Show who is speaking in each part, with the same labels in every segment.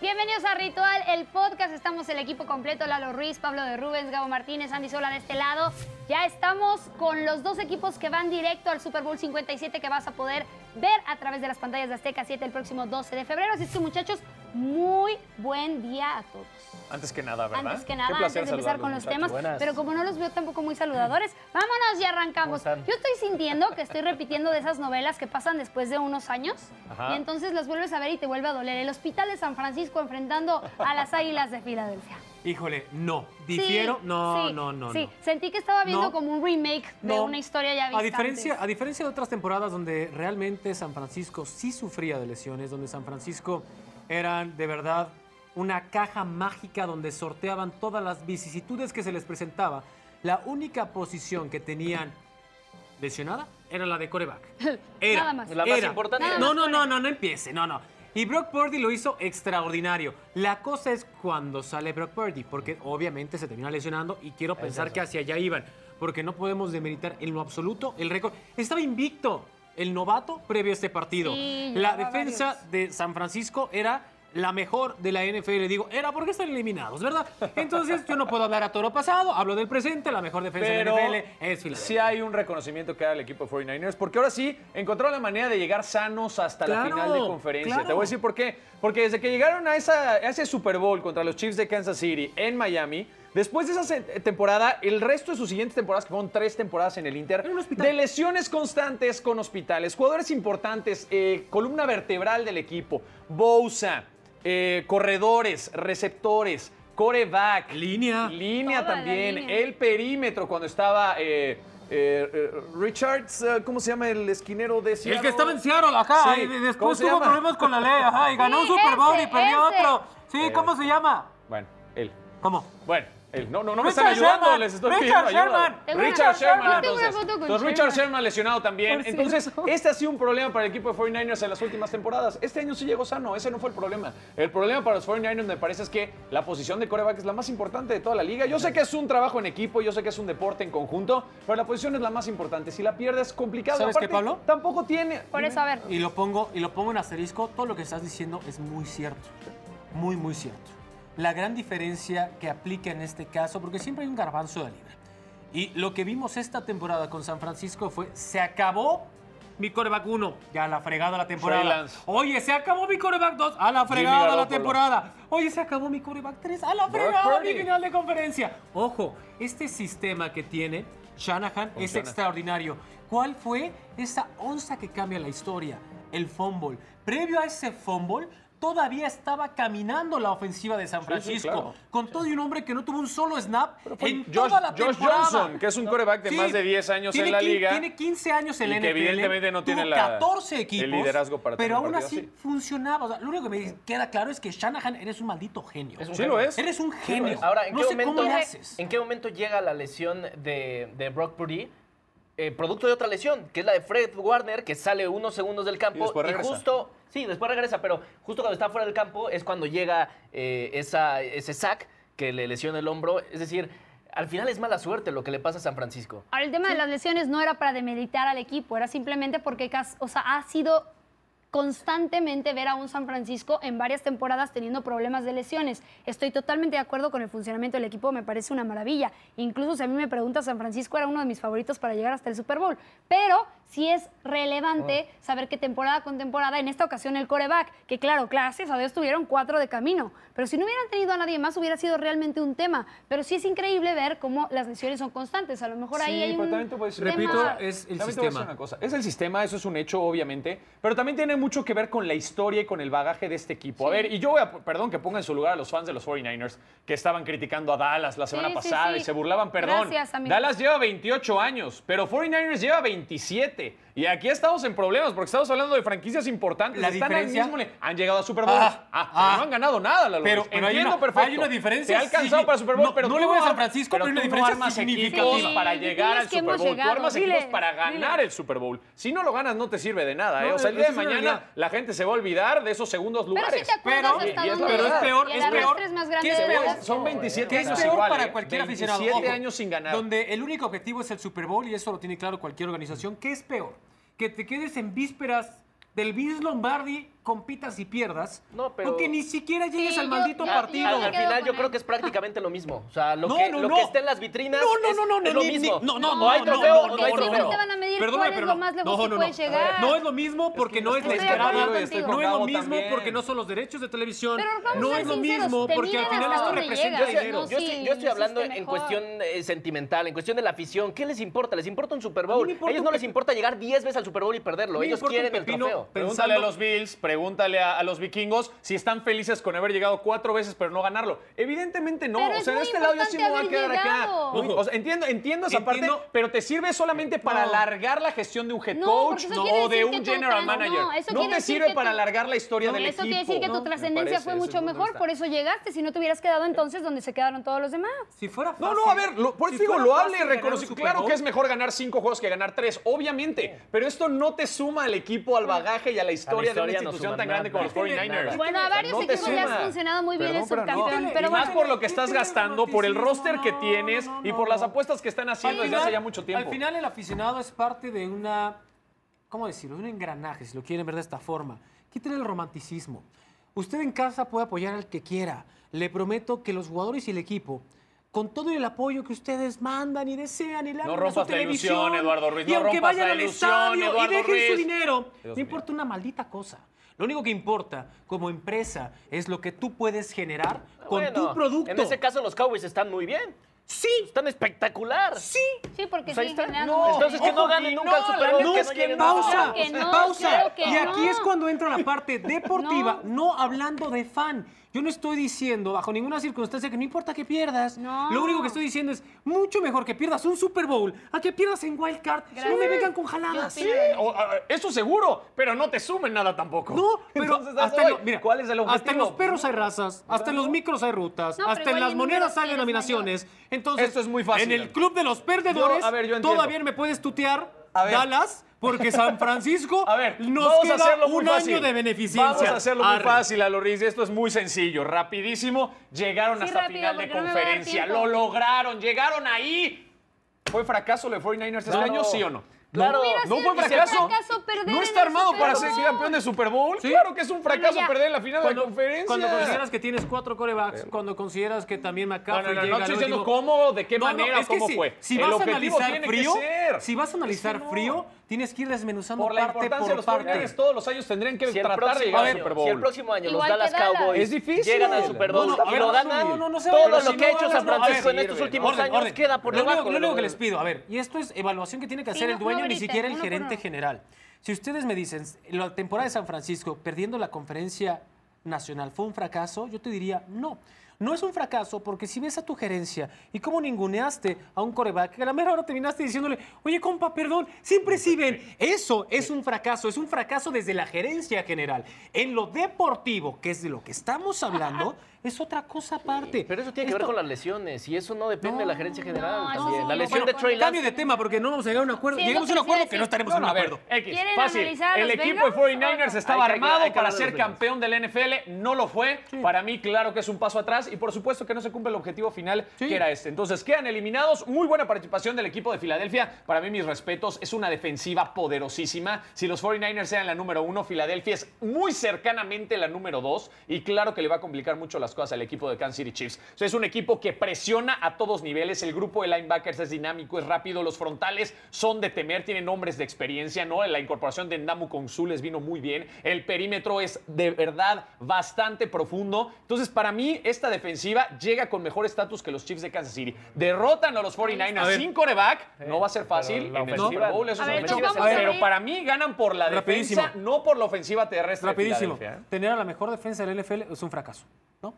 Speaker 1: Bienvenidos a Ritual, el podcast. Estamos el equipo completo, Lalo Ruiz, Pablo de Rubens, Gabo Martínez, Andy Sola de este lado. Ya estamos con los dos equipos que van directo al Super Bowl 57 que vas a poder ver a través de las pantallas de Azteca 7 el próximo 12 de febrero. Así es que muchachos, muy buen día a todos.
Speaker 2: Antes que nada, ¿verdad?
Speaker 1: Antes que nada,
Speaker 2: Qué
Speaker 1: antes de
Speaker 2: placer
Speaker 1: empezar
Speaker 2: saludarlos,
Speaker 1: con los
Speaker 2: muchachos.
Speaker 1: temas,
Speaker 3: Buenas.
Speaker 1: pero como no los veo tampoco muy saludadores, vámonos y arrancamos. Yo
Speaker 3: ¿Cómo están?
Speaker 1: estoy sintiendo que estoy repitiendo de esas novelas que pasan después de unos años
Speaker 2: Ajá.
Speaker 1: y entonces las vuelves a ver y te vuelve a doler. El Hospital de San Francisco enfrentando a las Águilas de Filadelfia.
Speaker 4: Híjole, no.
Speaker 1: Sí,
Speaker 4: Difiero. no,
Speaker 1: sí,
Speaker 4: no, no.
Speaker 1: Sí,
Speaker 4: no.
Speaker 1: sentí que estaba viendo
Speaker 4: No.
Speaker 1: como un remake de
Speaker 4: No.
Speaker 1: una historia ya vista
Speaker 4: A diferencia,
Speaker 1: antes.
Speaker 4: a diferencia de otras temporadas donde realmente San Francisco sí sufría de lesiones, donde San Francisco eran de verdad una caja mágica donde sorteaban todas las vicisitudes que se les presentaba, la única posición que tenían lesionada era la de coreback. Era,
Speaker 1: Nada más.
Speaker 3: La más
Speaker 4: era.
Speaker 3: importante.
Speaker 1: Nada
Speaker 4: No,
Speaker 1: más
Speaker 4: no, no,
Speaker 1: coreback.
Speaker 4: no, no empiece, no, no. Y Brock Purdy lo hizo extraordinario. La cosa es cuando sale Brock Purdy, porque obviamente se termina lesionando y quiero pensar que hacia allá iban, porque no podemos demeritar en lo absoluto el récord. Estaba invicto el novato previo a este partido.
Speaker 1: Sí,
Speaker 4: la
Speaker 1: llevaba
Speaker 4: defensa
Speaker 1: varios.
Speaker 4: de San Francisco era la mejor de la NFL. Digo, era porque están eliminados, ¿verdad? Entonces yo no puedo hablar a toro pasado, hablo del presente, la mejor defensa
Speaker 2: Pero
Speaker 4: de la NFL es Filadelfia.
Speaker 2: sí hay un reconocimiento que da al equipo de 49ers, porque ahora sí encontraron la manera de llegar sanos hasta la
Speaker 4: Claro,
Speaker 2: final de conferencia.
Speaker 4: claro.
Speaker 2: Te voy a decir por qué. Porque desde que llegaron a, esa, a ese Super Bowl contra los Chiefs de Kansas City en Miami, después de esa se- temporada, el resto de sus siguientes temporadas, que fueron tres temporadas en el Inter,
Speaker 4: Era un hospital.
Speaker 2: de lesiones constantes con hospitales, jugadores importantes, eh, columna vertebral del equipo, Bosa, eh, corredores, receptores, coreback,
Speaker 4: Línea.
Speaker 2: Línea
Speaker 1: Toda la
Speaker 2: también,
Speaker 1: línea.
Speaker 2: el perímetro cuando estaba eh, eh, eh, Richards, eh, ¿cómo se llama el esquinero de Seattle?
Speaker 4: El que estaba en Seattle acá,
Speaker 2: Sí,
Speaker 4: y
Speaker 2: ¿cómo
Speaker 4: después
Speaker 2: se
Speaker 4: tuvo
Speaker 2: llama?
Speaker 4: problemas con la ley, ajá, y ganó
Speaker 1: Sí,
Speaker 4: un Super Bowl y
Speaker 1: ese,
Speaker 4: perdió
Speaker 1: ese.
Speaker 4: otro. Sí, ¿cómo se llama?
Speaker 2: Bueno, él.
Speaker 4: ¿Cómo?
Speaker 2: Bueno, él. No, no, no me están
Speaker 4: Richard
Speaker 2: ayudando,
Speaker 4: Sherman,
Speaker 2: les estoy
Speaker 4: Richard
Speaker 2: pidiendo ayuda.
Speaker 4: Sherman.
Speaker 1: Tengo una
Speaker 2: Richard
Speaker 1: foto-
Speaker 2: Sherman,
Speaker 1: tengo una
Speaker 2: entonces.
Speaker 1: foto con
Speaker 2: Entonces, Richard
Speaker 1: Sherman.
Speaker 2: Sherman lesionado también.
Speaker 1: Por
Speaker 2: Entonces,
Speaker 1: cierto.
Speaker 2: este ha sido un problema para el equipo de 49ers en las últimas temporadas. Este año sí llegó sano, ese no fue el problema. El problema para los 49ers me parece es que la posición de coreback es la más importante de toda la liga. Yo sé que es un trabajo en equipo, yo sé que es un deporte en conjunto, pero la posición es la más importante. Si la pierdes, complicado.
Speaker 4: ¿Sabes qué, Pablo?
Speaker 2: Tampoco tiene...
Speaker 1: Por eso, a ver.
Speaker 4: Y lo pongo, y lo pongo en asterisco, todo lo que estás diciendo es muy cierto. Muy, muy cierto. La gran diferencia que aplica en este caso, porque siempre hay un garbanzo de libre. Y lo que vimos esta temporada con San Francisco fue, se acabó mi coreback 1, ya la fregada la
Speaker 2: Trey
Speaker 4: temporada.
Speaker 2: Lance.
Speaker 4: Oye, se acabó mi coreback 2, a la fregada
Speaker 2: Garoppolo.
Speaker 4: la temporada. Oye, se acabó mi coreback 3, a la fregada mi
Speaker 2: Purdy.
Speaker 4: final de conferencia. Ojo, este sistema que tiene Shanahan es
Speaker 2: Funciona.
Speaker 4: extraordinario. ¿Cuál fue esa onza que cambia la historia? El fumble. Previo a ese fumble, todavía estaba caminando la ofensiva de San
Speaker 2: sí,
Speaker 4: Francisco.
Speaker 2: claro.
Speaker 4: Con todo y un hombre que no tuvo un solo snap
Speaker 2: Fue
Speaker 4: en
Speaker 2: Josh,
Speaker 4: toda la
Speaker 2: Josh
Speaker 4: temporada.
Speaker 2: Johnson, que es un coreback de
Speaker 4: Sí,
Speaker 2: más de 10 años
Speaker 4: tiene
Speaker 2: en la
Speaker 4: quin-
Speaker 2: liga.
Speaker 4: Tiene 15 años en
Speaker 2: Y
Speaker 4: la
Speaker 2: que
Speaker 4: NFL.
Speaker 2: evidentemente no tiene
Speaker 4: tuvo
Speaker 2: la-
Speaker 4: 14
Speaker 2: el
Speaker 4: equipos.
Speaker 2: liderazgo para tener
Speaker 4: Pero
Speaker 2: un
Speaker 4: aún
Speaker 2: partido
Speaker 4: así
Speaker 2: así.
Speaker 4: funcionaba. O sea, lo único que me queda claro es que Shanahan eres un maldito genio.
Speaker 3: Es un
Speaker 2: Sí lo es.
Speaker 4: Eres un genio.
Speaker 3: Ahora, ¿en,
Speaker 4: no
Speaker 3: qué
Speaker 4: sé
Speaker 3: momento,
Speaker 4: cómo le haces.
Speaker 3: ¿en qué momento llega la lesión de, de Brock Purdy? Eh, producto de otra lesión, que es la de Fred Warner, que sale unos segundos del campo
Speaker 2: Y después regresa.
Speaker 3: justo, sí, después regresa, pero justo cuando está fuera del campo es cuando llega eh, esa, ese sack que le lesiona el hombro. Es decir, al final es mala suerte lo que le pasa a San Francisco.
Speaker 4: Ah,
Speaker 1: Ahora, el tema de las lesiones no era para demeritar al equipo, era simplemente porque cas- o sea, ha sido constantemente ver a un San Francisco en varias temporadas teniendo problemas de lesiones. Estoy totalmente de acuerdo con el funcionamiento del equipo, me parece una maravilla. Incluso si a mí me pregunta, San Francisco era uno de mis favoritos para llegar hasta el Super Bowl. Pero sí es relevante saber que temporada con temporada, en esta ocasión el coreback, que claro, gracias a Dios tuvieron cuatro de camino, pero si no hubieran tenido a nadie más hubiera sido realmente un tema. Pero sí es increíble ver cómo las lesiones son constantes. A lo mejor
Speaker 2: Sí,
Speaker 1: ahí hay
Speaker 2: pero
Speaker 1: un
Speaker 2: también te voy a decir
Speaker 1: tema-
Speaker 4: Repito,
Speaker 2: una cosa.
Speaker 4: es
Speaker 2: También te
Speaker 4: el
Speaker 2: voy a decir
Speaker 4: sistema.
Speaker 2: una cosa. Es el sistema, eso es un hecho, obviamente, pero también tiene mucho que ver con la historia y con el bagaje de este equipo. A ver, y yo voy a, perdón que ponga en su lugar a los fans de los 49ers que estaban criticando a Dallas la semana
Speaker 1: sí,
Speaker 2: pasada
Speaker 1: sí.
Speaker 2: y se burlaban, perdón.
Speaker 1: Gracias, amigo.
Speaker 2: Dallas lleva 28 años, pero 49ers lleva 27. Y aquí estamos en problemas porque estamos hablando de franquicias importantes.
Speaker 4: La
Speaker 2: Están
Speaker 4: diferencia-
Speaker 2: al mismo le- han llegado a Super Bowl. Ah,
Speaker 4: Ah,
Speaker 2: pero
Speaker 4: ah.
Speaker 2: no han ganado nada, Lalo
Speaker 4: Pero,
Speaker 2: Ruiz.
Speaker 4: pero hay,
Speaker 2: Entiendo
Speaker 4: una,
Speaker 2: perfecto.
Speaker 4: hay una
Speaker 2: Te
Speaker 4: diferencia.
Speaker 2: ha alcanzado
Speaker 4: signi-
Speaker 2: para Super Bowl,
Speaker 4: no,
Speaker 2: pero
Speaker 4: no
Speaker 2: tú
Speaker 4: le voy a
Speaker 2: no
Speaker 4: San
Speaker 2: ar-
Speaker 4: Francisco, pero hay una
Speaker 2: tú no
Speaker 4: diferencia
Speaker 2: armas
Speaker 4: significativa.
Speaker 2: equipos para
Speaker 1: Sí,
Speaker 2: llegar
Speaker 1: diles
Speaker 2: al
Speaker 1: que
Speaker 2: Super
Speaker 1: hemos
Speaker 2: Bowl.
Speaker 1: llegado,
Speaker 2: tú armas
Speaker 1: diles,
Speaker 2: equipos para ganar
Speaker 1: diles.
Speaker 2: el Super Bowl. Si no lo ganas, no te sirve de nada. ¿eh?
Speaker 4: No,
Speaker 2: O sea, el
Speaker 4: es-
Speaker 2: día de
Speaker 4: es una
Speaker 2: mañana
Speaker 4: realidad.
Speaker 2: la gente se va a olvidar de esos segundos
Speaker 1: Pero sí
Speaker 2: lugares.
Speaker 1: te acuerdas hasta
Speaker 2: y-
Speaker 4: Pero-
Speaker 2: y es la
Speaker 1: dónde
Speaker 2: verdad.
Speaker 1: llegas.
Speaker 4: Pero es peor,
Speaker 1: Y el
Speaker 4: es peor.
Speaker 1: arrastre es más grande
Speaker 4: ¿Qué es
Speaker 1: del
Speaker 4: peor?
Speaker 1: arrastre.
Speaker 2: Son 27
Speaker 4: Que es
Speaker 2: años
Speaker 4: peor
Speaker 2: igual, ¿eh?
Speaker 4: para cualquier aficionado.
Speaker 2: 27
Speaker 4: Ojo,
Speaker 2: años sin ganar.
Speaker 4: Donde el único objetivo es el Super Bowl y eso lo tiene claro cualquier organización. ¿Qué es peor? Que te quedes en vísperas del Vince Lombardi compitas y pierdas.
Speaker 3: No, pero-
Speaker 4: O que ni siquiera llegues
Speaker 1: Sí,
Speaker 4: al
Speaker 1: yo-
Speaker 4: maldito
Speaker 1: yo- yo
Speaker 4: partido.
Speaker 1: me
Speaker 3: Al, al
Speaker 1: quedo
Speaker 3: final
Speaker 1: con
Speaker 3: yo
Speaker 1: él.
Speaker 3: creo que es prácticamente lo mismo. O sea, lo,
Speaker 4: No,
Speaker 3: que,
Speaker 4: no,
Speaker 3: lo
Speaker 4: no.
Speaker 3: que está en las vitrinas
Speaker 4: No, no,
Speaker 3: es,
Speaker 4: no, no,
Speaker 3: es
Speaker 4: no,
Speaker 3: lo
Speaker 4: ni- ni-
Speaker 3: mismo.
Speaker 4: no, no,
Speaker 3: o hay
Speaker 4: no, no,
Speaker 3: trofeo
Speaker 4: no,
Speaker 3: o no hay
Speaker 4: no,
Speaker 1: Simplemente
Speaker 3: trofeo.
Speaker 1: van a medir
Speaker 4: Perdóname,
Speaker 1: cuál es
Speaker 4: pero
Speaker 1: lo
Speaker 4: no.
Speaker 1: más lejos
Speaker 4: No,
Speaker 1: que
Speaker 4: no, no.
Speaker 1: puedes llegar.
Speaker 4: No es lo mismo porque no es la
Speaker 1: estoy de acuerdo
Speaker 4: esperada.
Speaker 1: contigo.
Speaker 4: No es lo
Speaker 2: Gabo
Speaker 4: mismo
Speaker 2: también.
Speaker 4: porque no son los derechos de televisión.
Speaker 1: Pero vamos
Speaker 4: No
Speaker 1: a
Speaker 4: es
Speaker 1: ser
Speaker 4: lo
Speaker 1: sinceros,
Speaker 4: mismo
Speaker 1: te
Speaker 4: porque al
Speaker 1: miden
Speaker 4: final
Speaker 1: hasta
Speaker 4: esto
Speaker 1: dónde
Speaker 4: representa
Speaker 1: llegas,
Speaker 4: dinero.
Speaker 1: ¿no?
Speaker 3: Yo,
Speaker 1: Sí,
Speaker 3: estoy, yo estoy
Speaker 1: lo
Speaker 3: hablando
Speaker 1: hiciste
Speaker 3: en
Speaker 1: mejor.
Speaker 3: cuestión eh, sentimental, en cuestión de la afición. ¿Qué les importa? ¿Les importa un Super
Speaker 4: mí me
Speaker 3: Bowl?
Speaker 4: importa
Speaker 3: A ellos
Speaker 4: un
Speaker 3: no
Speaker 4: pe-
Speaker 3: les importa llegar 10 veces al Super Bowl y perderlo.
Speaker 4: Me
Speaker 3: Ellos
Speaker 4: importa un
Speaker 3: quieren el
Speaker 4: pepino.
Speaker 3: trofeo.
Speaker 2: Pregúntale a
Speaker 4: pensando-
Speaker 2: los Bills, pregúntale a, a los vikingos si están felices con haber llegado cuatro veces pero no ganarlo. Evidentemente no.
Speaker 1: Pero
Speaker 2: o
Speaker 1: es
Speaker 2: sea, de
Speaker 1: muy
Speaker 2: este lado yo sí me voy a
Speaker 1: importante
Speaker 2: quedar
Speaker 1: haber
Speaker 2: acá.
Speaker 1: llegado.
Speaker 2: Uy, o sea, entiendo, entiendo esa
Speaker 4: Entiendo- Eh,
Speaker 2: parte, pero te sirve solamente para
Speaker 4: No.
Speaker 2: alargar la gestión de un head
Speaker 1: No,
Speaker 2: coach
Speaker 1: porque eso
Speaker 2: no,
Speaker 1: quiere
Speaker 2: o de
Speaker 1: decir que
Speaker 2: un
Speaker 1: tú
Speaker 2: general
Speaker 1: tras-
Speaker 2: manager.
Speaker 1: no, eso
Speaker 2: No
Speaker 1: quiere
Speaker 2: te
Speaker 1: decir
Speaker 2: sirve
Speaker 1: que
Speaker 2: para
Speaker 1: tú-
Speaker 2: alargar la historia del
Speaker 1: eso
Speaker 2: equipo.
Speaker 1: quiere decir que
Speaker 2: No,
Speaker 1: tu
Speaker 2: me
Speaker 1: trascendencia
Speaker 2: parece,
Speaker 1: fue
Speaker 2: ese
Speaker 1: mucho
Speaker 2: punto de
Speaker 1: mejor,
Speaker 2: vista.
Speaker 1: por eso llegaste, si no te hubieras quedado entonces donde se quedaron todos los demás.
Speaker 4: Si fuera fácil.
Speaker 2: No, no, a ver, lo- por eso
Speaker 4: si
Speaker 2: digo,
Speaker 4: fuera
Speaker 2: lo
Speaker 4: fácil
Speaker 2: hable,
Speaker 4: ganar un
Speaker 2: reconozco.
Speaker 4: Super
Speaker 2: Claro
Speaker 4: Bowl,
Speaker 2: que es mejor ganar cinco juegos que ganar tres, obviamente. Pero esto no te suma al equipo, al bagaje y a la historia,
Speaker 3: historia
Speaker 2: de una
Speaker 3: no
Speaker 2: institución
Speaker 3: suma
Speaker 2: tan grande como
Speaker 3: nada.
Speaker 2: los
Speaker 4: No tiene
Speaker 2: 49ers.
Speaker 4: nada.
Speaker 1: Este, Bueno, a
Speaker 2: O sea,
Speaker 1: varios
Speaker 2: no te
Speaker 1: equipos le
Speaker 2: suma.
Speaker 1: has funcionado muy bien el
Speaker 2: Perdón, pero no.
Speaker 1: subcampeón,
Speaker 4: No,
Speaker 1: pero
Speaker 2: y más
Speaker 1: bueno.
Speaker 2: por lo que
Speaker 4: ¿Qué
Speaker 2: estás
Speaker 4: tiene de
Speaker 2: gastando, por el
Speaker 4: romanticismo?
Speaker 2: roster que
Speaker 4: No,
Speaker 2: tienes
Speaker 4: no,
Speaker 2: y
Speaker 4: no,
Speaker 2: por las
Speaker 4: no.
Speaker 2: apuestas que están haciendo
Speaker 4: Al
Speaker 2: desde hace
Speaker 4: final-
Speaker 2: pues, ya mucho tiempo.
Speaker 4: Al final el aficionado es parte de una, ¿cómo decirlo? De un engranaje, si lo quieren ver de esta forma. Quítale el romanticismo. Usted en casa puede apoyar al que quiera. Le prometo que los jugadores y el equipo, con todo el apoyo que ustedes mandan y desean y le hagan a su
Speaker 2: rompas la
Speaker 4: televisión,
Speaker 2: ilusión, Eduardo Ruiz,
Speaker 4: Y
Speaker 2: no
Speaker 4: aunque
Speaker 2: rompas
Speaker 4: vayan
Speaker 2: la
Speaker 4: al
Speaker 2: ilusión,
Speaker 4: estadio
Speaker 2: Eduardo
Speaker 4: y dejen su
Speaker 2: Ruiz.
Speaker 4: dinero,
Speaker 2: Dios
Speaker 4: no importa una maldita cosa. Lo único que importa como empresa es lo que tú puedes generar con
Speaker 3: Ah, Bueno,
Speaker 4: tu producto.
Speaker 3: En ese caso, los Cowboys están muy bien.
Speaker 4: sí,
Speaker 3: Están espectacular.
Speaker 4: sí.
Speaker 1: Sí, porque
Speaker 3: Pues ahí
Speaker 1: sí,
Speaker 3: está.
Speaker 1: generando
Speaker 3: No,
Speaker 1: más
Speaker 3: entonces que
Speaker 1: dinero.
Speaker 3: no ganen nunca el Super Bowl.
Speaker 4: No,
Speaker 3: que
Speaker 4: es que
Speaker 3: lleguen a
Speaker 4: pausa,
Speaker 3: Super Bowl.
Speaker 1: Claro que no,
Speaker 4: pausa.
Speaker 1: claro que
Speaker 4: y aquí
Speaker 1: no.
Speaker 4: es cuando entra la parte deportiva,
Speaker 1: No.
Speaker 4: no. hablando de fan. Yo no estoy diciendo bajo ninguna circunstancia que no importa que pierdas.
Speaker 1: No.
Speaker 4: Lo único que estoy diciendo es mucho mejor que pierdas un Super Bowl a que pierdas en Wild Card. No me vengan con jaladas.
Speaker 1: Yo
Speaker 2: Sí, o- a- eso seguro, pero no te sumen nada tampoco.
Speaker 4: No, pero
Speaker 2: Entonces, a
Speaker 4: hasta
Speaker 2: eso
Speaker 4: en lo-
Speaker 2: voy.
Speaker 4: mira,
Speaker 2: ¿cuál es el objetivo?
Speaker 4: Hasta en los perros hay razas, hasta en los micros hay rutas,
Speaker 1: No, pero
Speaker 4: hasta en
Speaker 1: igual
Speaker 4: las
Speaker 1: en
Speaker 4: monedas
Speaker 1: números
Speaker 4: hay
Speaker 1: eres
Speaker 4: denominaciones. Entonces,
Speaker 2: Esto es muy fácil.
Speaker 4: En el club de los perdedores,
Speaker 2: Yo- a ver, yo entiendo.
Speaker 4: todavía me puedes tutear
Speaker 2: A ver.
Speaker 4: Dallas. Porque San Francisco
Speaker 2: A ver,
Speaker 4: nos
Speaker 2: vamos
Speaker 4: queda
Speaker 2: a hacerlo muy
Speaker 4: un
Speaker 2: fácil.
Speaker 4: año de beneficencia.
Speaker 2: Vamos a hacerlo muy
Speaker 4: Arre.
Speaker 2: fácil, Aloriz. Esto es muy sencillo, rapidísimo. Llegaron
Speaker 1: Sí,
Speaker 2: hasta
Speaker 1: rápido,
Speaker 2: final de
Speaker 1: porque no me va a dar
Speaker 2: conferencia.
Speaker 1: tiempo.
Speaker 2: Lo lograron, llegaron ahí. ¿Fue fracaso lo de 49ers este
Speaker 3: Claro.
Speaker 2: año, sí o no?
Speaker 3: Claro.
Speaker 1: Hubiera
Speaker 2: No
Speaker 1: sido
Speaker 2: fue
Speaker 1: ¿eh? un
Speaker 2: fracaso.
Speaker 1: fracaso perder
Speaker 2: no
Speaker 1: en
Speaker 2: está
Speaker 1: el
Speaker 2: armado
Speaker 1: Super
Speaker 2: para
Speaker 1: Bowl.
Speaker 2: ser campeón de Super Bowl. Claro que es un fracaso
Speaker 1: ya.
Speaker 2: perder en la final de la
Speaker 4: Cuando,
Speaker 2: conferencia.
Speaker 4: cuando consideras que tienes cuatro corebacks, cuando consideras que también
Speaker 2: No,
Speaker 4: McCaffrey
Speaker 2: no, no, no
Speaker 4: llega
Speaker 2: estoy
Speaker 4: al
Speaker 2: diciendo
Speaker 4: último-
Speaker 2: cómo, de qué
Speaker 4: No, no,
Speaker 2: manera,
Speaker 4: es que
Speaker 2: cómo
Speaker 4: sí.
Speaker 2: fue.
Speaker 4: Si
Speaker 2: El
Speaker 4: vas a
Speaker 2: objetivo
Speaker 4: analizar
Speaker 2: tiene que
Speaker 4: frío,
Speaker 2: ser.
Speaker 4: si vas a analizar
Speaker 2: Es que no.
Speaker 4: frío, tienes que ir desmenuzando
Speaker 2: Por la
Speaker 4: parte
Speaker 2: importancia de
Speaker 4: por
Speaker 2: los
Speaker 4: parte.
Speaker 2: 49ers, todos los años tendrían que
Speaker 3: Si el,
Speaker 2: tratar de
Speaker 3: próximo
Speaker 2: llegar al
Speaker 3: año,
Speaker 2: Super Bowl.
Speaker 3: si el próximo año los
Speaker 1: Igual que
Speaker 3: Dallas
Speaker 1: Dallas.
Speaker 3: Cowboys
Speaker 2: Es difícil.
Speaker 3: llegan al Super
Speaker 4: No,
Speaker 3: Bowl
Speaker 4: no, a
Speaker 3: y
Speaker 4: ver,
Speaker 3: lo
Speaker 4: vamos a
Speaker 3: ganan,
Speaker 4: subir. No, no se
Speaker 3: todo
Speaker 4: vale,
Speaker 3: lo
Speaker 4: si
Speaker 3: que
Speaker 4: no
Speaker 3: ha hecho
Speaker 4: ganas,
Speaker 3: San
Speaker 4: no, a ver,
Speaker 3: Francisco en estos
Speaker 2: sirve.
Speaker 3: últimos
Speaker 2: Orden,
Speaker 3: años
Speaker 2: orden.
Speaker 3: queda por
Speaker 4: lo
Speaker 3: debajo.
Speaker 4: único, lo
Speaker 3: de
Speaker 4: único
Speaker 3: lo-
Speaker 4: que les pido, a ver, y esto es evaluación que tiene que
Speaker 1: Sí,
Speaker 4: hacer
Speaker 1: no-
Speaker 4: el dueño,
Speaker 1: no
Speaker 4: ni
Speaker 1: griten,
Speaker 4: siquiera el
Speaker 1: uno por
Speaker 4: gerente
Speaker 1: uno.
Speaker 4: general. Si ustedes me dicen, la temporada de San Francisco, perdiendo la conferencia nacional, ¿fue un fracaso? Yo te diría, no. No es un fracaso porque si ves a tu gerencia y cómo ninguneaste a un coreback, que a la mera hora terminaste diciéndole, oye, compa, perdón, siempre reciben. Eso es un fracaso, es un fracaso desde la gerencia general. En lo deportivo, que es de lo que estamos hablando, es otra cosa aparte.
Speaker 3: Pero eso tiene que ver
Speaker 4: Esto-
Speaker 3: con las lesiones y eso no depende
Speaker 4: No,
Speaker 3: de la gerencia general
Speaker 1: no, eso
Speaker 3: también.
Speaker 1: sí,
Speaker 3: La
Speaker 1: no,
Speaker 3: lesión
Speaker 1: bueno,
Speaker 3: de Trey Lance
Speaker 4: Cambio de tema porque no vamos a llegar a un acuerdo.
Speaker 1: Sí,
Speaker 4: Llegamos
Speaker 1: lo
Speaker 4: a un
Speaker 1: que
Speaker 4: acuerdo
Speaker 1: decía,
Speaker 4: que
Speaker 1: sí.
Speaker 4: no estaremos
Speaker 2: No,
Speaker 4: en
Speaker 2: no,
Speaker 4: un
Speaker 2: a ver,
Speaker 4: acuerdo.
Speaker 2: X,
Speaker 1: ¿Quieren
Speaker 2: fácil.
Speaker 1: analizar a
Speaker 2: El
Speaker 1: los
Speaker 2: equipo de
Speaker 1: Bengals?
Speaker 2: 49ers estaba
Speaker 3: Hay que- hay que
Speaker 2: armado
Speaker 3: hablar
Speaker 2: para
Speaker 3: de
Speaker 2: ser
Speaker 3: los Bengals.
Speaker 2: campeón del NFL, no lo fue. Para mí, claro que es un paso atrás y por supuesto que no se cumple el objetivo final
Speaker 4: Sí.
Speaker 2: que era este. Entonces, quedan eliminados. Muy buena participación del equipo de Filadelfia. Para mí, mis respetos, es una defensiva poderosísima. Si los 49ers eran la número uno, Filadelfia es muy cercanamente la número dos y claro que le va a complicar mucho las cosas al equipo de Kansas City Chiefs. O sea, es un equipo que presiona a todos niveles. El grupo de linebackers es dinámico, es rápido. Los frontales son de temer, tienen hombres de experiencia, ¿no? La incorporación de Ndamu Consul les vino muy bien. El perímetro es de verdad bastante profundo. Entonces, para mí, esta defensiva llega con mejor estatus que los Chiefs de Kansas City. Derrotan a los 49ers
Speaker 4: A ver.
Speaker 2: sin coreback. No va a ser fácil
Speaker 3: la
Speaker 2: en el
Speaker 3: ofensiva-
Speaker 2: Super Bowl. Eso
Speaker 1: A
Speaker 2: es
Speaker 1: ver,
Speaker 2: una
Speaker 1: entonces
Speaker 2: mentira.
Speaker 1: vamos a
Speaker 2: Pero
Speaker 1: ir-
Speaker 2: para mí ganan por la
Speaker 4: Rapidísimo.
Speaker 2: defensa, no por la ofensiva terrestre. de
Speaker 4: Rapidísimo.
Speaker 2: Filadelfia, ¿eh?
Speaker 4: Tener a la mejor defensa del NFL es un fracaso, ¿no?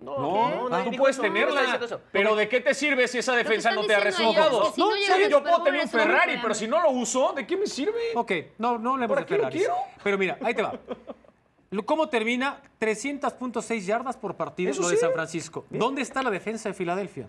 Speaker 3: No,
Speaker 2: No,
Speaker 3: no,
Speaker 2: tú
Speaker 3: nadie dijo
Speaker 2: puedes
Speaker 3: eso, nadie está
Speaker 2: tenerla,
Speaker 3: diciendo eso.
Speaker 2: pero ¿de qué te sirve si esa defensa
Speaker 1: están
Speaker 2: no te da
Speaker 1: diciendo ellos,
Speaker 2: resultados?
Speaker 1: que si no
Speaker 2: Sí,
Speaker 1: llegas al
Speaker 2: yo
Speaker 1: Super
Speaker 2: puedo
Speaker 1: Bowl,
Speaker 2: tener un
Speaker 1: eso no
Speaker 2: Ferrari,
Speaker 1: te
Speaker 2: pero
Speaker 1: dan.
Speaker 2: si no lo uso, ¿de qué me sirve?
Speaker 4: Ok, no, no hablemos
Speaker 2: ¿Para
Speaker 4: de
Speaker 2: qué lo
Speaker 4: Ferraris.
Speaker 2: quiero?
Speaker 4: Pero mira, ahí te va. Lo- ¿Cómo termina? 300.6 yardas por partido
Speaker 2: Eso
Speaker 4: lo de
Speaker 2: sí.
Speaker 4: San Francisco. ¿Dónde está la defensa de Filadelfia?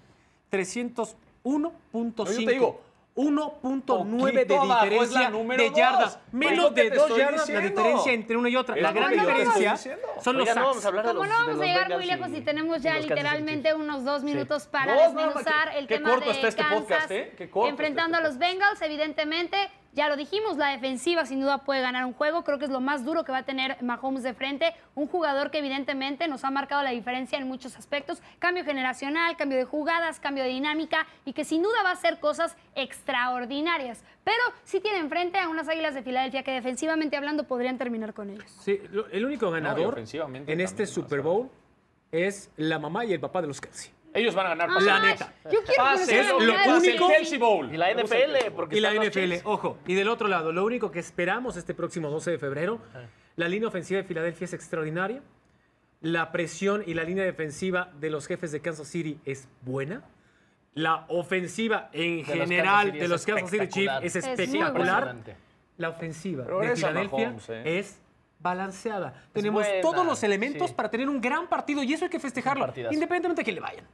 Speaker 4: 301.5.
Speaker 2: No, yo te digo,
Speaker 4: 1.9 de
Speaker 2: poquito abajo es la
Speaker 4: diferencia
Speaker 2: número
Speaker 4: de yardas.
Speaker 2: dos. Es lo
Speaker 4: Menos
Speaker 2: que
Speaker 4: de
Speaker 2: te
Speaker 4: 2
Speaker 2: estoy
Speaker 4: yardas la
Speaker 2: diciendo.
Speaker 4: diferencia entre una y otra.
Speaker 2: Es
Speaker 4: La
Speaker 2: lo
Speaker 4: gran
Speaker 1: que yo te
Speaker 2: estoy
Speaker 4: diferencia
Speaker 2: diciendo.
Speaker 4: son los
Speaker 3: Oiga, no
Speaker 4: sacks.
Speaker 3: vamos a hablar de
Speaker 1: Como
Speaker 3: los
Speaker 1: no vamos a
Speaker 3: de los
Speaker 1: llegar muy
Speaker 3: Bengals
Speaker 1: lejos
Speaker 3: y-
Speaker 1: si tenemos
Speaker 3: y
Speaker 1: ya
Speaker 3: los Kansas City
Speaker 1: literalmente unos dos minutos para
Speaker 2: Dos, nada más,
Speaker 1: desmenuzar
Speaker 2: qué-
Speaker 1: el
Speaker 2: qué
Speaker 1: tema
Speaker 2: corto
Speaker 1: de
Speaker 2: está este
Speaker 1: Kansas
Speaker 2: podcast, ¿eh? Qué corto está
Speaker 1: enfrentando
Speaker 2: este
Speaker 1: a los Bengals, evidentemente Ya lo dijimos, la defensiva sin duda puede ganar un juego. Creo que es lo más duro que va a tener Mahomes de frente. Un jugador que evidentemente nos ha marcado la diferencia en muchos aspectos. Cambio generacional, cambio de jugadas, cambio de dinámica y que sin duda va a hacer cosas extraordinarias. Pero sí tiene enfrente a unas Águilas de Filadelfia que defensivamente hablando podrían terminar con ellos.
Speaker 4: Sí, lo- el único ganador
Speaker 2: ofensivamente
Speaker 4: en este
Speaker 2: también, ¿no?
Speaker 4: Super Bowl es la mamá y el papá de los Kelsey.
Speaker 2: Ellos van a ganar.
Speaker 1: Ay,
Speaker 4: La neta.
Speaker 1: Yo quiero conocer
Speaker 4: es
Speaker 1: a
Speaker 4: lo
Speaker 1: Águilas de
Speaker 4: único-
Speaker 1: Filadelfia.
Speaker 2: Chelsea Bowl.
Speaker 3: Y la
Speaker 2: Me gusta el
Speaker 3: NFL,
Speaker 2: Chelsea Bowl.
Speaker 3: porque
Speaker 4: Y la
Speaker 3: están los
Speaker 4: NFL,
Speaker 3: Chiefs.
Speaker 4: ojo. Y del otro lado, lo único que esperamos este próximo 12 de febrero,
Speaker 3: Ah.
Speaker 4: la línea ofensiva de Filadelfia es extraordinaria. La presión y la línea defensiva de los jefes de Kansas City es buena. La ofensiva en
Speaker 3: Kansas
Speaker 4: general
Speaker 3: City
Speaker 4: de
Speaker 3: es
Speaker 4: los Kansas City Chiefs
Speaker 3: espectacular.
Speaker 4: es
Speaker 1: Es muy
Speaker 4: espectacular.
Speaker 3: Impresionante.
Speaker 4: La ofensiva de
Speaker 2: Progresa
Speaker 4: Filadelfia
Speaker 2: Mahomes, ¿eh?
Speaker 4: es balanceada. Tenemos
Speaker 3: buena,
Speaker 4: todos los elementos
Speaker 3: sí.
Speaker 4: para tener un gran partido y eso hay que festejarlo,
Speaker 3: partidazo.
Speaker 4: independientemente de quién le vayan.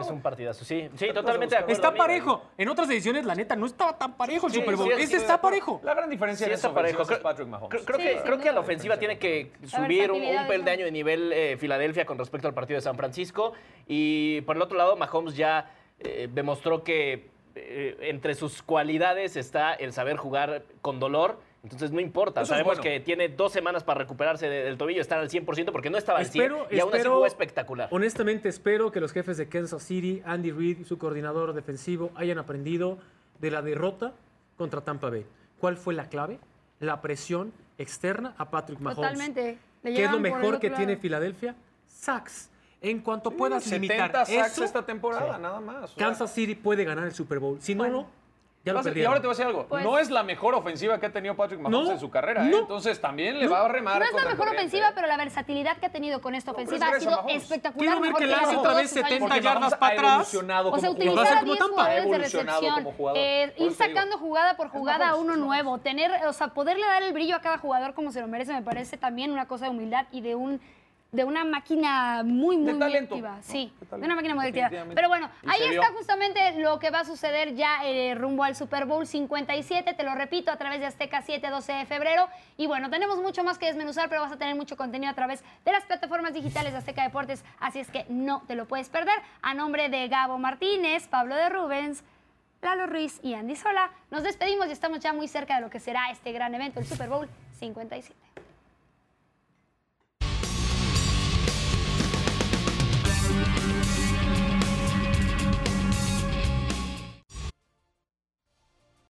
Speaker 3: Es un partidazo, sí. Sí, totalmente de acuerdo.
Speaker 4: Está
Speaker 3: amigo.
Speaker 4: parejo. En otras ediciones, la neta, no estaba tan parejo el
Speaker 3: eh. Sí,
Speaker 4: Super Bowl.
Speaker 3: sí, sí,
Speaker 4: este
Speaker 3: sí,
Speaker 4: está
Speaker 3: de
Speaker 4: parejo.
Speaker 2: La gran diferencia
Speaker 3: Sí,
Speaker 2: en
Speaker 3: está
Speaker 2: esta ofensiva
Speaker 3: parejo.
Speaker 2: es Patrick Mahomes.
Speaker 3: Creo, creo
Speaker 1: Sí,
Speaker 3: que,
Speaker 1: sin
Speaker 3: creo que
Speaker 1: duda.
Speaker 3: a la ofensiva tiene que subir un,
Speaker 1: versatilidad
Speaker 3: un
Speaker 1: es
Speaker 3: peldaño
Speaker 1: buena.
Speaker 3: de nivel eh, Filadelfia con respecto al partido de San Francisco. Y por el otro lado, Mahomes ya eh, demostró que eh, entre sus cualidades está el saber jugar con dolor. Entonces no
Speaker 2: Eso
Speaker 3: importa,
Speaker 2: es
Speaker 3: sabemos
Speaker 2: bueno.
Speaker 3: que tiene dos semanas para recuperarse de- del tobillo, estar al 100% porque no estaba al 100% y aún así
Speaker 4: espero-
Speaker 3: jugó espectacular.
Speaker 4: Honestamente, espero que los jefes de Kansas City, Andy Reid, su coordinador defensivo, hayan aprendido de la derrota contra Tampa Bay. ¿Cuál fue la clave? La presión externa a Patrick Mahomes.
Speaker 1: Totalmente. Le
Speaker 4: ¿Qué es lo
Speaker 1: llegaban por el
Speaker 4: mejor
Speaker 1: otro
Speaker 4: que tiene
Speaker 1: lado.
Speaker 4: Filadelfia? Sacks. En cuanto puedas
Speaker 2: Mm, 70
Speaker 4: limitar
Speaker 2: sacks
Speaker 4: eso,
Speaker 2: esta temporada, nada más. o sea,
Speaker 4: Kansas City puede ganar el Super Bowl. Si no, no, ya lo
Speaker 2: vas a- y
Speaker 4: perdieron.
Speaker 2: ahora te voy a decir algo.
Speaker 1: Pues-
Speaker 2: no es la mejor ofensiva que ha tenido Patrick Mahomes
Speaker 4: No,
Speaker 2: en su carrera. ¿eh?
Speaker 4: no.
Speaker 2: Entonces también le va a remar.
Speaker 1: No es la
Speaker 2: contra
Speaker 1: mejor
Speaker 2: corriente,
Speaker 1: ofensiva,
Speaker 2: ¿eh?
Speaker 1: pero la versatilidad que ha tenido con esta
Speaker 2: pero
Speaker 1: ofensiva
Speaker 2: es
Speaker 1: ha
Speaker 2: gracias a
Speaker 1: sido
Speaker 2: Mahomes.
Speaker 1: espectacular.
Speaker 4: Quiero ver
Speaker 1: mejor
Speaker 4: que Lance
Speaker 1: casi
Speaker 4: otra
Speaker 1: todos
Speaker 4: vez
Speaker 1: sus años.
Speaker 4: 70
Speaker 2: Porque
Speaker 4: yardas
Speaker 2: Mahomes
Speaker 4: para
Speaker 2: ha
Speaker 4: atrás.
Speaker 2: evolucionado
Speaker 1: O sea,
Speaker 2: como
Speaker 4: Va a
Speaker 1: utilizar
Speaker 4: ser
Speaker 1: a 10
Speaker 2: jugador.
Speaker 4: como Tampa.
Speaker 1: jugadores de
Speaker 2: Evolucionado
Speaker 1: recepción,
Speaker 2: como jugador.
Speaker 1: eh,
Speaker 2: Por
Speaker 1: ir
Speaker 2: eso te digo.
Speaker 1: sacando jugada por
Speaker 2: Es
Speaker 1: jugada a
Speaker 2: Mahomes,
Speaker 1: uno
Speaker 2: es Mahomes.
Speaker 1: nuevo, tener, o sea, poderle dar el brillo a cada jugador como se lo merece, me parece también una cosa de humildad y de un de una máquina muy, muy, muy
Speaker 2: talento,
Speaker 1: activa.
Speaker 2: ¿no?
Speaker 1: Sí, de
Speaker 2: De talento,
Speaker 1: una máquina muy activa.
Speaker 2: definitivamente.
Speaker 1: Pero bueno,
Speaker 2: Y
Speaker 1: ahí
Speaker 2: se
Speaker 1: está
Speaker 2: vio.
Speaker 1: justamente lo que va a suceder ya eh, rumbo al Super Bowl 57, te lo repito, a través de Azteca 7, 12 de febrero. Y bueno, tenemos mucho más que desmenuzar, pero vas a tener mucho contenido a través de las plataformas digitales de Azteca Deportes, así es que no te lo puedes perder. A nombre de Gabo Martínez, Pablo de Rubens, Lalo Ruiz y Andy Sola, nos despedimos y estamos ya muy cerca de lo que será este gran evento, el Super Bowl 57.